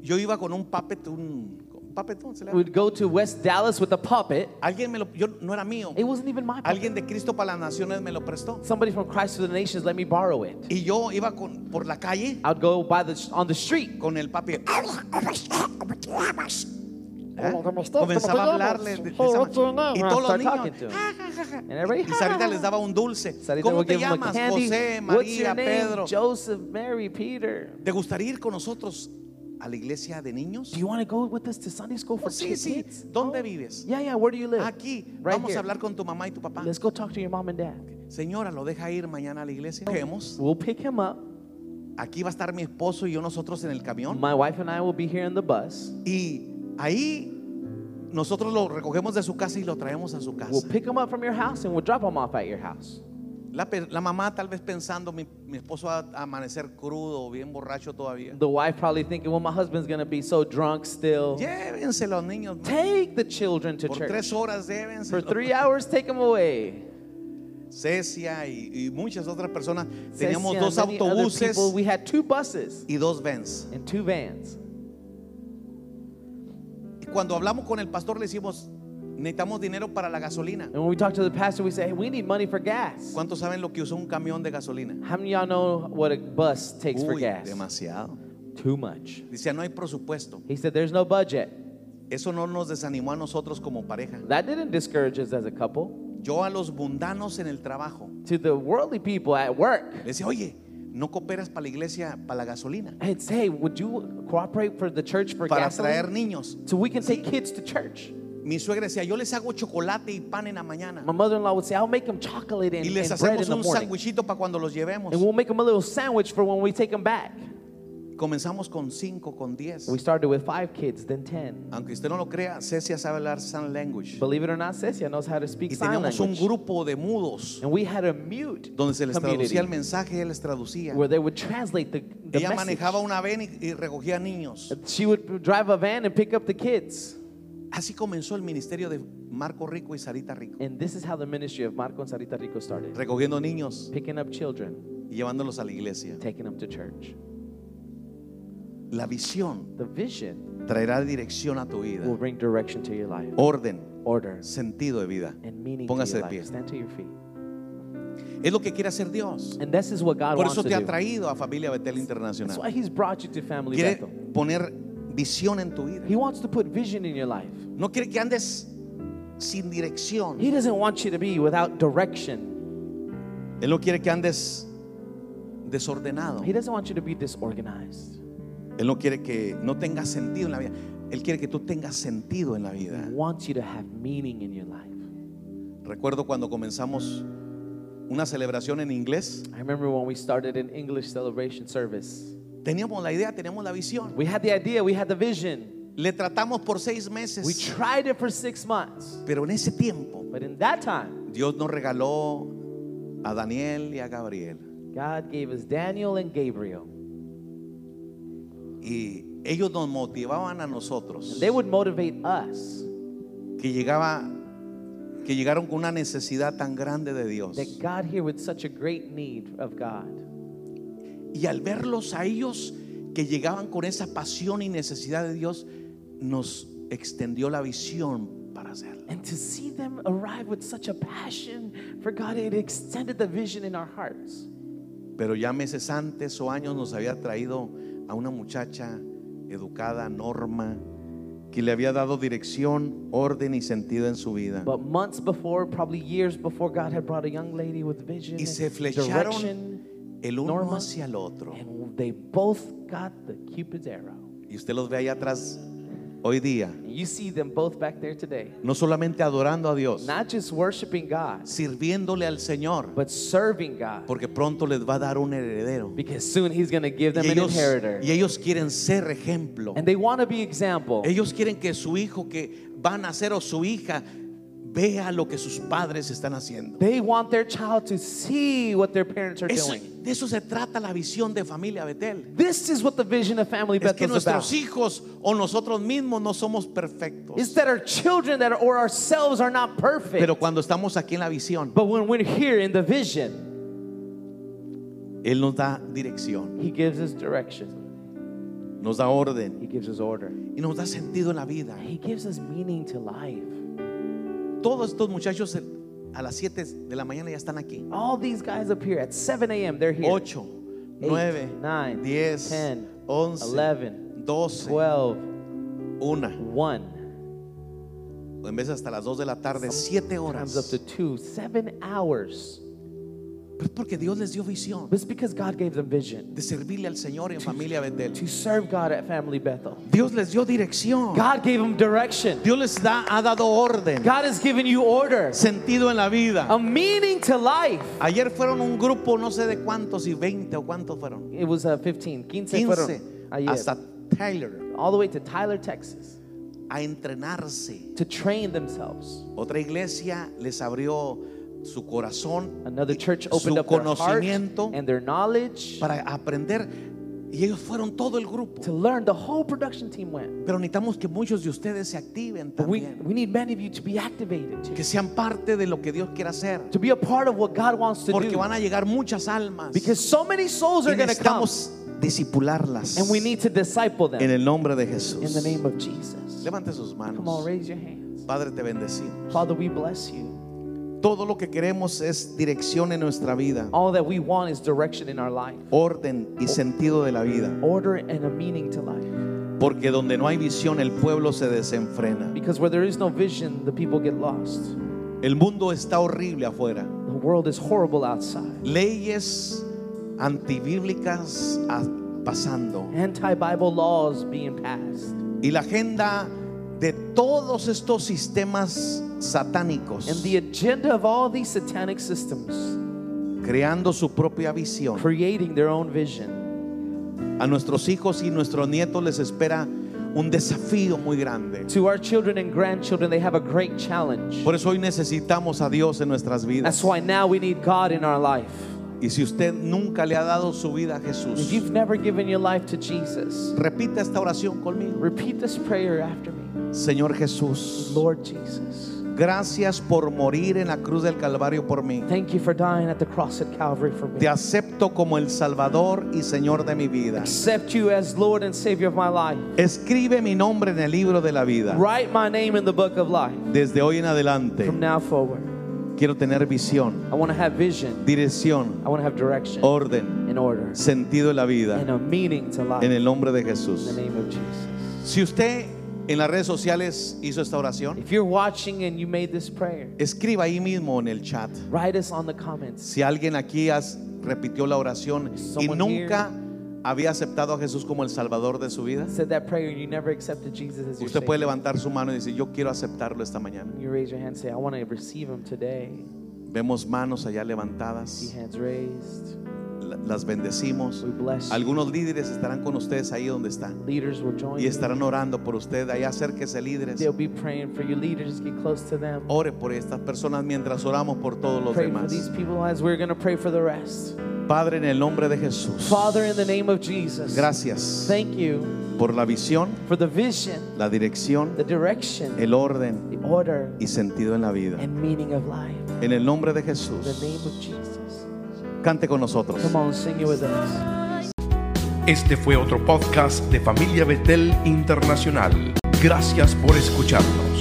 yo iba con un puppet, un puppet, ¿cómo se le llama? We'd go to West Dallas with a puppet. Alguien me lo, yo no era mío. It wasn't even my puppet. Alguien de Cristo para las Naciones me lo prestó. Somebody from Christ to the Nations let me borrow it. Y yo iba con, por la calle ¿Eh? I'd go by the on the street con el papi. ¿Ah? Como como estás, Comenzaba como te a llamas? hablarle de- de Oh, Hey, esa what's your manera. name? Y Ah, todos los Start niños. talking to him. And everybody, Y Sarita les daba un dulce. Sarita ¿Cómo would te give him a llamas? candy. José, What's María, your name? Pedro. Joseph, Mary, Peter. ¿Te gustaría ir con nosotros a la iglesia de niños? Do you want to go with us to Sunday school for Sí, sí. kids? ¿Dónde vives? Yeah, yeah. Where do you live? Aquí. Right Vamos here. a hablar con tu mamá y tu papá. Let's go talk to your mom and dad. Señora, ¿lo deja ir mañana a la iglesia? Cogemos. We'll pick him up. Aquí va a estar mi esposo y yo nosotros en el camión. My wife and I will be here in the bus. Y ahí nosotros lo recogemos de su casa y lo traemos a su casa. We'll pick him up from your house and we'll drop him off at your house. La, pe- la mamá tal vez pensando, mi, mi esposo va a amanecer crudo, bien borracho todavía. The wife probably thinking, well, my husband's going to be so drunk still. Llévense los niños. ma. Take the children to Por church. tres horas llévense. For three hours, take them away. Cecia y, y muchas otras personas. Says, Teníamos yeah, dos many other autobuses people, We had two buses y dos vans. and two vans. Y cuando hablamos con el pastor le decimos, necesitamos dinero para la gasolina. And when we talked to the pastor, we said, hey, we need money for gas. ¿Cuántos saben lo que usó un camión de gasolina? How many of y'all know what a bus takes for Uy, gas? demasiado. Too much. Dice, no hay presupuesto. He said, there's no budget. Eso no nos desanimó a nosotros como pareja. That didn't discourage us as a couple. Yo a los mundanos en el trabajo To the worldly people at work, le decía, oye, no cooperas para la iglesia, para la gasolina, it's, hey, would you cooperate for the church for para traer gasoline? niños. So we can take kids to church. Mi suegra decía, yo les hago chocolate y pan en la mañana. My mother-in-law would say, I'll make them chocolate and, Y les and bread in hacemos the un morning. sandwichito para cuando los llevemos. And we'll make them a little sandwich for when we take them back. Comenzamos con 5, con 10. We started with five kids, then ten. Aunque usted no lo crea, Cecia sabe hablar sign language. Believe it or not, Cecia knows how to speak Y sign teníamos un language. grupo de mudos And we had a mute donde se les community traducía el mensaje, ella les traducía. where they would translate the, the Ella message. manejaba una ven y, y recogía niños. She would drive a van and pick up the kids. Así comenzó el ministerio de Marco Rico y Sarita Rico, And this is how the ministry of Marco and Sarita Rico started. recogiendo niños Picking up children, y llevándolos a la iglesia. taking them to church. La visión The vision traerá dirección a tu vida, will bring direction to your life, orden, order, sentido de vida. and meaning Póngase de to your pie. life. Stand to your feet. Es lo que quiere hacer Dios. And this is what God Por wants eso to te ha do. traído a Familia Betel That's Internacional. why He's brought you to Family Quiere Bethel. poner visión en tu vida. He wants to put vision in your life. No quiere que andes sin dirección. He doesn't want you to be without direction. Él no quiere que andes desordenado. He doesn't want you to be disorganized. Él no quiere que no tengas sentido en la vida. Él quiere que tú tengas sentido en la vida. He wants you to have meaning in your life. Recuerdo cuando comenzamos una celebración en inglés, I remember when we started an English celebration service. teníamos la idea, teníamos la visión. We had the idea, we had the vision. Le tratamos por seis We meses, tried it for six months. pero en ese tiempo But in that time, Dios nos regaló a Daniel y a Gabriel. God gave us Daniel and Gabriel. Y ellos nos motivaban a nosotros, They would motivate us que llegaba, que llegaron con una necesidad tan grande de Dios. that God here with such a great need of God. Y al verlos a ellos que llegaban con esa pasión y necesidad de Dios, nos extendió la visión para hacerlo. And to see them arrive with such a passion for God, it extended the vision in our hearts. Pero ya meses antes o años nos había traído a una muchacha educada, Norma, que le había dado dirección, orden y sentido en su vida. But months before, probably years before, God had brought a young lady with vision Y se and flecharon direction, el uno Norma. hacia el otro. and they both got the Cupid's arrow. Y usted los ve allá atrás hoy día, And you see them both back there today, no solamente adorando a Dios, not just worshiping God, sirviéndole al Señor, but serving God, porque pronto les va a dar un heredero. because soon He's going to give them Y an ellos, inheritor, y ellos quieren ser ejemplo. and they want to be example. Ellos quieren que su hijo que va a nacer o su hija vea lo que sus padres están haciendo. They want their child to see what their parents are Eso- doing. de eso se trata la visión de familia Betel. This is what the vision of Family Es Bethel que is about. nuestros hijos o nosotros mismos no somos perfectos. It's that our children that are, or ourselves are not perfect. Pero cuando estamos aquí en la visión, but when we're here in the vision, Él nos da dirección, He gives us direction, nos da orden He gives us order, y nos da sentido en la vida. He gives us meaning to life. Todos estos muchachos eh, a las 7 de la mañana ya están aquí. All these guys up here at 7 a.m., they're here. 8, 9, 9, 10, 10, 11, 11, 12, 12, 1. 1. en vez hasta las 2 de la tarde, 7 times up horas. to two, seven hours. Pero es porque Dios les dio visión But it's because God gave them vision de servirle al Señor en familia Betel. to serve God at Family Bethel. Dios les dio dirección. God gave them direction. Dios les da, ha dado orden, God has given you order, sentido en la vida. a meaning to life. Ayer fueron un grupo, no sé de cuántos, y 20 o cuántos fueron. It was uh, 15, 15, 15 fueron ayer. hasta Tyler all the way to Tyler, Texas, a entrenarse. to train themselves. Otra iglesia les abrió su corazón, Another y church su opened up their heart conocimiento and their knowledge para aprender. Y ellos fueron todo el grupo. to learn. The whole production team went. Pero necesitamos que muchos de ustedes se activen But we, también. we need many of you to be activated, Que to, sean parte de lo que Dios quiere hacer. to be a part of what God wants to Porque do. van a llegar muchas almas. Because so many souls Y are going to come, necesitamos disipularlas. and we need to disciple them En el nombre de in the Jesús. name of Jesus. Levante sus Come on, manos. raise your hands. Padre, te bendecimos. Father, we bless you. Todo lo que queremos es dirección en nuestra vida, All that we want is direction in our life, orden y sentido de la vida. order, and a meaning to life. Porque donde no hay visión, el pueblo se desenfrena. Because where there is no vision, the people get lost. El mundo está horrible afuera. The world is horrible outside. Leyes antibíblicas a- pasando. Anti Bible laws being passed. Y la agenda de todos estos sistemas And satánicos, the agenda of all these satanic systems, creando su propia visión. creating their own vision. A nuestros hijos y nuestros nietos les espera un desafío muy grande. To our children and grandchildren, they have a great challenge. Por eso hoy necesitamos a Dios en nuestras That's vidas. why now we need God in our life. Y si usted nunca le ha dado su vida a If Jesús, you've never given your life to Jesus, repita esta oración conmigo. repeat this prayer after me. Señor Jesús, Lord Jesus, gracias por morir en la cruz del Calvario por mí. thank you for dying at the cross at Calvary for me. Te I acepto como el Salvador y Señor de mi vida. accept you as Lord and Savior of my life. Escribe mi nombre en el libro de la vida. Write my name in the book of life Desde hoy en adelante from now forward. quiero tener visión, I want to have vision. dirección, I want to have direction. orden, in order sentido de la vida and a meaning to life en el nombre de in the Jesús. name of Jesus. Si usted en las redes sociales hizo esta oración, If you're watching and you made this prayer, escriba ahí mismo en el chat. write us on the comments. Si alguien aquí has- repitió la oración y Someone nunca había aceptado a Jesús como el Salvador de su vida, Said that prayer and you never accepted Jesus as your usted puede Savior. levantar su mano y decir, yo quiero aceptarlo esta mañana. You raise your hand and say, I want to receive him today. Vemos manos allá See levantadas, hands raised. la- las bendecimos. We bless you. Algunos líderes estarán con ustedes ahí donde están Leaders will join y you. estarán orando por usted. Ahí acérquese líderes. They'll be praying for you. Leaders, get close to them. Ore por estas personas mientras oramos por todos los Pray for these demás. people as we're going to pray for the rest. Padre, en el nombre de Jesús. Father, in the name of Jesus, Gracias thank you por la visión, for the vision, la dirección, the direction, el orden the order, y sentido en la vida. and meaning of life. En el nombre de In the name Jesús. of Jesus. Cante con nosotros. Come on, sing it with us. Este fue otro podcast de Familia Betel Internacional. Gracias por escucharnos.